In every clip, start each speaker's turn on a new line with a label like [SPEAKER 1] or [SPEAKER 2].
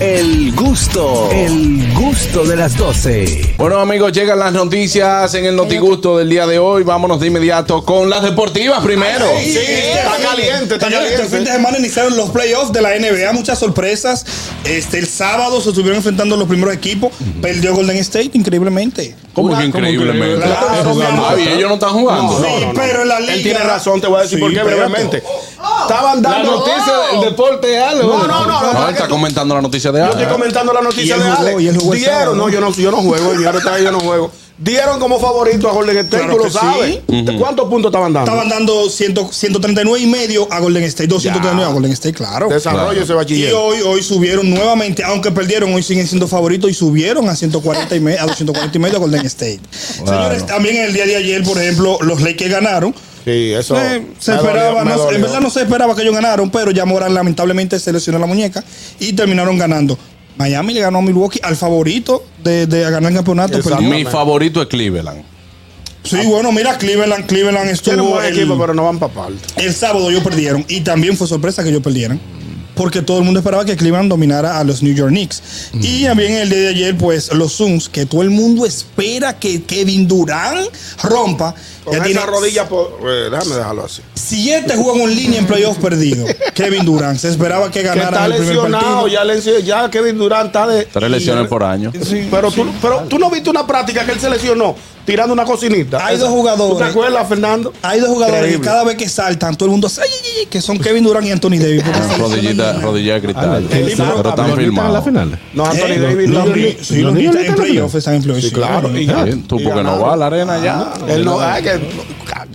[SPEAKER 1] El gusto, el gusto de las 12.
[SPEAKER 2] Bueno, amigos, llegan las noticias en el Notigusto del día de hoy. Vámonos de inmediato con las deportivas primero.
[SPEAKER 3] Sí, está caliente, está
[SPEAKER 4] Señores, este fin de
[SPEAKER 3] caliente.
[SPEAKER 4] semana iniciaron los playoffs de la NBA, muchas sorpresas. Este, el sábado se estuvieron enfrentando los primeros equipos. Perdió Golden State, increíblemente.
[SPEAKER 2] ¿Cómo que
[SPEAKER 3] ¿Cómo que
[SPEAKER 2] increíblemente?
[SPEAKER 3] increíble?
[SPEAKER 2] Están
[SPEAKER 4] Claro,
[SPEAKER 2] jugando.
[SPEAKER 4] claro.
[SPEAKER 2] Ah, bien, ellos no están jugando.
[SPEAKER 4] No,
[SPEAKER 3] No, no, no.
[SPEAKER 4] pero en la
[SPEAKER 3] Él
[SPEAKER 4] liga-
[SPEAKER 3] tiene razón, te voy a decir
[SPEAKER 4] Sí,
[SPEAKER 3] por qué
[SPEAKER 4] espérate. Oh.
[SPEAKER 3] brevemente. Estaban
[SPEAKER 2] La
[SPEAKER 3] dando ¡Oh!
[SPEAKER 2] noticia del deporte, algo.
[SPEAKER 3] No, no, no, no,
[SPEAKER 2] No,
[SPEAKER 3] no,
[SPEAKER 2] él está
[SPEAKER 3] que-
[SPEAKER 2] comentando la noticia de
[SPEAKER 3] Yo estoy
[SPEAKER 2] algo.
[SPEAKER 3] comentando la noticia
[SPEAKER 4] Y él
[SPEAKER 3] de
[SPEAKER 4] jugó, y él
[SPEAKER 3] Alex.
[SPEAKER 4] jugó el sábado,
[SPEAKER 3] Dieron, no,
[SPEAKER 4] ¿no?
[SPEAKER 3] yo no, yo no juego, yo no, yo no juego. Dieron como favorito a Golden State,
[SPEAKER 4] Claro
[SPEAKER 3] tú lo
[SPEAKER 4] que sí.
[SPEAKER 3] sabes. ¿Cuántos puntos estaban dando?
[SPEAKER 4] Estaban dando 100 139 y medio a Golden State, 239 a Golden State, claro.
[SPEAKER 3] Desarrollo ese
[SPEAKER 4] Y
[SPEAKER 3] bachiller.
[SPEAKER 4] hoy, hoy subieron nuevamente, aunque perdieron, hoy siguen siendo favoritos y subieron a 140 y medio, a 240 y medio a Golden State. Señores, también en el día de ayer, por ejemplo, los Lakers ganaron.
[SPEAKER 3] Sí, eso.
[SPEAKER 4] Eh, se
[SPEAKER 3] me
[SPEAKER 4] esperaba,
[SPEAKER 3] dolió, me
[SPEAKER 4] no- en
[SPEAKER 3] dolió.
[SPEAKER 4] verdad no se esperaba que ellos ganaron, pero ya Morán lamentablemente se lesionó la muñeca y terminaron ganando. Miami le ganó a Milwaukee al favorito de, de ganar el campeonato.
[SPEAKER 3] Exacto.
[SPEAKER 4] perdió.
[SPEAKER 2] Mi favorito es Cleveland.
[SPEAKER 4] Sí, bueno, mira, Cleveland, Cleveland
[SPEAKER 3] Tienen un
[SPEAKER 4] estuvo
[SPEAKER 3] buen
[SPEAKER 4] el,
[SPEAKER 3] equipo, pero no van para parte.
[SPEAKER 4] el sábado ellos perdieron y también fue sorpresa que ellos perdieran. Porque todo el mundo esperaba que Cleveland dominara a los New York Knicks.
[SPEAKER 3] Mm.
[SPEAKER 4] Y también el día de ayer, pues, los Suns, que todo el mundo espera que Kevin Durant rompa.
[SPEAKER 3] Con
[SPEAKER 4] ya tiene
[SPEAKER 3] esa rodilla, po- eh, déjame dejarlo así.
[SPEAKER 4] Siete juegos en línea en playoffs perdido. Kevin Durant. Se esperaba que
[SPEAKER 3] Que
[SPEAKER 4] ganara
[SPEAKER 3] está
[SPEAKER 4] en el primer
[SPEAKER 3] lesionado,
[SPEAKER 4] partido.
[SPEAKER 3] ya, le- ya Kevin Durant está de.
[SPEAKER 2] Tres lesiones por año.
[SPEAKER 3] Sí, pero, tú, pero tú no viste una práctica que él se lesionó tirando una cocinita.
[SPEAKER 4] Hay
[SPEAKER 3] Esa-
[SPEAKER 4] dos jugadores.
[SPEAKER 3] ¿Tú te acuerdas, Fernando?
[SPEAKER 4] Hay dos jugadores
[SPEAKER 3] Increíble.
[SPEAKER 4] que cada vez que saltan, todo el mundo hace "Ay, ay, ay", que son Kevin Durant y Anthony Davis. porque se
[SPEAKER 2] Ah, Rodillita,
[SPEAKER 4] lesionan.
[SPEAKER 2] rodilla de cristal.
[SPEAKER 3] Ah, el tipo-
[SPEAKER 2] Pero están
[SPEAKER 3] Rodillita
[SPEAKER 5] en la
[SPEAKER 2] firmados.
[SPEAKER 5] final.
[SPEAKER 3] No, Anthony
[SPEAKER 4] Eh,
[SPEAKER 3] Davis.
[SPEAKER 4] los
[SPEAKER 3] no,
[SPEAKER 4] Knicks- sí, los
[SPEAKER 5] los
[SPEAKER 4] Knicks
[SPEAKER 5] Knicks
[SPEAKER 4] están en
[SPEAKER 5] están
[SPEAKER 4] playoffs, están en playoffs,
[SPEAKER 3] Sí,
[SPEAKER 4] sí.
[SPEAKER 3] claro. y-
[SPEAKER 2] Está bien, Tú,
[SPEAKER 3] y
[SPEAKER 2] porque no
[SPEAKER 3] ganaron.
[SPEAKER 2] va a la arena ya.
[SPEAKER 3] Él no,
[SPEAKER 4] ah,
[SPEAKER 3] ay, que,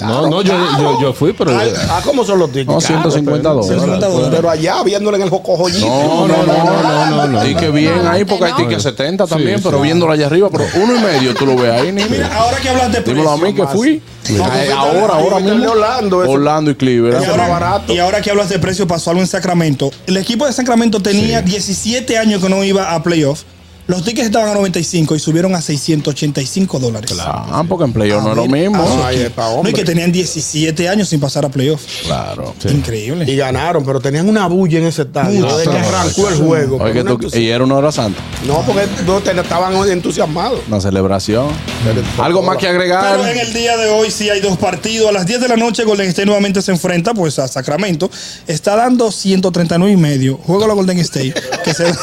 [SPEAKER 5] No, no, yo, yo, yo fui, pero.
[SPEAKER 3] Ay, ah, ¿cómo son los tickets?
[SPEAKER 2] No,
[SPEAKER 3] Caro,
[SPEAKER 2] 150
[SPEAKER 3] pero-
[SPEAKER 2] dólares.
[SPEAKER 4] 150 dólares.
[SPEAKER 3] Pero allá, viéndolo en el jocojollito.
[SPEAKER 2] No, no, no, no, no. Y que bien ahí, porque hay
[SPEAKER 6] No.
[SPEAKER 2] tickets 70 también,
[SPEAKER 5] Sí,
[SPEAKER 2] pero
[SPEAKER 5] sí.
[SPEAKER 2] viéndolo allá arriba, pero uno y medio tú lo ves ahí, ni
[SPEAKER 4] Mira, ahora que hablas de
[SPEAKER 2] Dímelo a
[SPEAKER 4] precio,
[SPEAKER 2] mí que
[SPEAKER 4] más.
[SPEAKER 2] fui.
[SPEAKER 3] Ay,
[SPEAKER 2] Ahora, ahora,
[SPEAKER 3] ahí
[SPEAKER 2] ahora
[SPEAKER 3] está el
[SPEAKER 2] mismo.
[SPEAKER 3] de Orlando, ese.
[SPEAKER 2] Orlando y
[SPEAKER 4] Y
[SPEAKER 2] Cleveland.
[SPEAKER 3] Ese más
[SPEAKER 4] ahora,
[SPEAKER 3] barato.
[SPEAKER 4] y ahora que hablas de precio, pasó algo en Sacramento. El equipo de Sacramento tenía 17 años que no iba a playoffs. Los tickets estaban a 95 y subieron a 685 dólares.
[SPEAKER 2] Ah, porque en playoff no es lo mismo.
[SPEAKER 3] Ah, ahí es pa'
[SPEAKER 4] No,
[SPEAKER 3] hombre.
[SPEAKER 4] y que tenían 17 años sin pasar a playoffs.
[SPEAKER 2] Claro.
[SPEAKER 4] Increíble.
[SPEAKER 3] Y ganaron, pero tenían una bulla en ese estadio.
[SPEAKER 4] Mucho.
[SPEAKER 3] Desde que arrancó el juego.
[SPEAKER 2] Oye, que tú-
[SPEAKER 3] Pero una entusi-
[SPEAKER 2] y era una hora santa,
[SPEAKER 3] No, porque no te- estaban entusiasmados.
[SPEAKER 2] una celebración.
[SPEAKER 3] Pero-
[SPEAKER 2] Algo más que agregar.
[SPEAKER 4] Pero en el día de hoy sí hay dos partidos. A las 10 de la noche Golden State nuevamente se enfrenta pues a Sacramento. Está dando 139 y medio. Juega la Golden State. que se-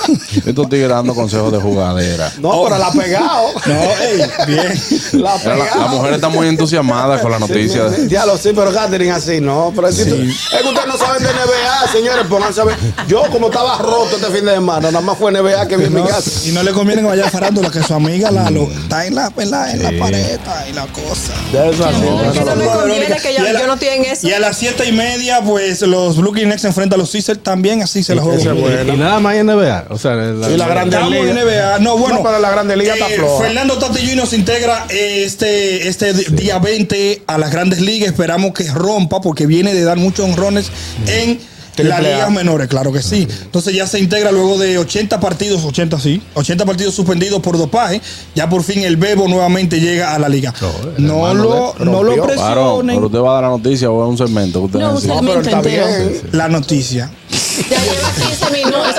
[SPEAKER 2] Estos tigres dando consejos de jugadera.
[SPEAKER 3] No, pero la pegado.
[SPEAKER 4] No, ey, bien.
[SPEAKER 2] Mira,
[SPEAKER 3] La
[SPEAKER 2] Oh. la,
[SPEAKER 3] pegado.
[SPEAKER 2] la mujer está muy entusiasmada con la noticia.
[SPEAKER 3] Ya lo sé, pero Catherine así, no. Pero si tú- es que ustedes no saben de NBA, señores, pónganse a ver. Yo, como estaba roto este fin de semana, nada más fue NBA que vi en mi
[SPEAKER 4] No,
[SPEAKER 3] casa.
[SPEAKER 4] y no le conviene que vaya farándula, que su amiga la, lo-
[SPEAKER 3] Mm.
[SPEAKER 4] está en la, en la, en la pared está y la cosa.
[SPEAKER 3] De eso así.
[SPEAKER 6] No,
[SPEAKER 3] no,
[SPEAKER 6] eso
[SPEAKER 3] no,
[SPEAKER 6] no me
[SPEAKER 3] no.
[SPEAKER 6] conviene que yo,
[SPEAKER 4] Y a la-
[SPEAKER 6] yo no estoy en eso.
[SPEAKER 4] Y a las 7 y media, pues los Brooklyn Nets se enfrentan a los Sixers también, así se la juega.
[SPEAKER 3] Ese es bueno.
[SPEAKER 5] Y nada más en NBA. O sea, en
[SPEAKER 3] Y la grande
[SPEAKER 4] Estamos en
[SPEAKER 3] liga.
[SPEAKER 4] NBA. No, bueno. eh,
[SPEAKER 3] No, pero la Grande Liga está floja.
[SPEAKER 4] Fernando Tati Jr. nos integra eh, este, este di- día 20 a las grandes ligas. Esperamos que rompa porque viene de dar muchos honrones en
[SPEAKER 3] Mm. Triple
[SPEAKER 4] las
[SPEAKER 3] A.
[SPEAKER 4] ligas menores, claro que sí. Entonces ya se integra luego de 80 partidos, 80 sí, 80 partidos suspendidos por dopaje. Ya por fin el Bebo nuevamente llega a la liga.
[SPEAKER 5] el
[SPEAKER 4] No,
[SPEAKER 5] hermano
[SPEAKER 4] lo,
[SPEAKER 5] de-
[SPEAKER 4] no lo
[SPEAKER 2] Varón,
[SPEAKER 3] rompió.
[SPEAKER 2] pero
[SPEAKER 4] presionen.
[SPEAKER 2] usted va a dar la noticia o es un segmento que usted
[SPEAKER 6] No,
[SPEAKER 2] necesita.
[SPEAKER 6] usted-
[SPEAKER 3] No, pero
[SPEAKER 6] Segmento
[SPEAKER 3] está
[SPEAKER 6] entero.
[SPEAKER 3] bien.
[SPEAKER 4] La noticia.
[SPEAKER 6] Ya lleva 15 minutos.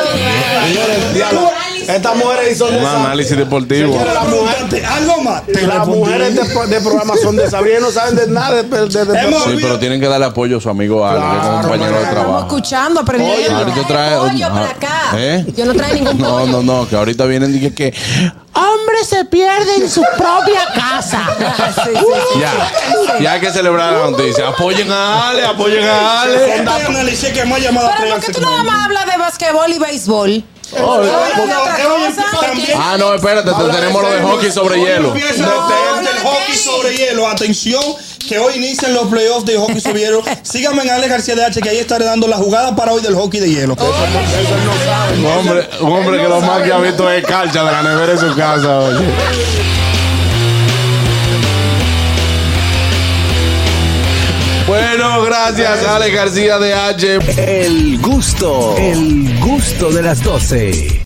[SPEAKER 3] Señores, diablo, Estas mujeres son
[SPEAKER 2] Un análisis deportivo.
[SPEAKER 3] Señora, la mujer-
[SPEAKER 4] Preguntarte algo más. Te
[SPEAKER 3] Las
[SPEAKER 4] respondí.
[SPEAKER 3] mujeres de, de programa son desabridas y no saben de nada. De, de-
[SPEAKER 4] Hemos
[SPEAKER 3] de-
[SPEAKER 2] Sí, pero
[SPEAKER 4] olvidado-
[SPEAKER 2] tienen que darle apoyo a su amigo Ale, que es
[SPEAKER 3] Claro,
[SPEAKER 2] compañero de
[SPEAKER 3] hermano.
[SPEAKER 6] Estamos
[SPEAKER 2] trabajo.
[SPEAKER 6] escuchando,
[SPEAKER 3] Oye,
[SPEAKER 6] aprendiendo.
[SPEAKER 2] Ahorita trae.
[SPEAKER 6] Trae pollo para acá.
[SPEAKER 2] ¿Eh?
[SPEAKER 6] Yo no trae ningún
[SPEAKER 2] No,
[SPEAKER 6] pollo.
[SPEAKER 2] no, no, que ahorita vienen y que. que
[SPEAKER 7] Hombres se pierden en su propia casa.
[SPEAKER 6] Sí, sí, sí.
[SPEAKER 2] ya, ya hay que celebrar la noticia. Apoyen a Ale, apoyen a Ale.
[SPEAKER 4] Yo Este analicé que más llamadas
[SPEAKER 6] Pero ¿por
[SPEAKER 4] traían
[SPEAKER 6] qué tú nada
[SPEAKER 4] segmento.
[SPEAKER 6] más hablas de basquetbol y béisbol?
[SPEAKER 2] Oh,
[SPEAKER 6] Habla
[SPEAKER 2] eh,
[SPEAKER 6] de
[SPEAKER 4] porque-
[SPEAKER 6] otra
[SPEAKER 4] oye,
[SPEAKER 6] cosa.
[SPEAKER 4] también-
[SPEAKER 2] Ah, no, espérate, te- tenemos lo de hockey sobre hielo.
[SPEAKER 4] Empieza el
[SPEAKER 6] No, no,
[SPEAKER 4] del
[SPEAKER 6] no,
[SPEAKER 4] hockey
[SPEAKER 6] tenis.
[SPEAKER 4] sobre hielo. Atención, que hoy inician los playoffs de hockey sobre hielo. Síganme en Alex García DH, que ahí estaré dando la jugada para hoy del hockey de hielo.
[SPEAKER 2] Un hombre, un hombre que lo más que ha visto es calcha de la nevera en su casa, oye. Bueno, gracias, Ale García de H.
[SPEAKER 1] El gusto, el gusto de las 12.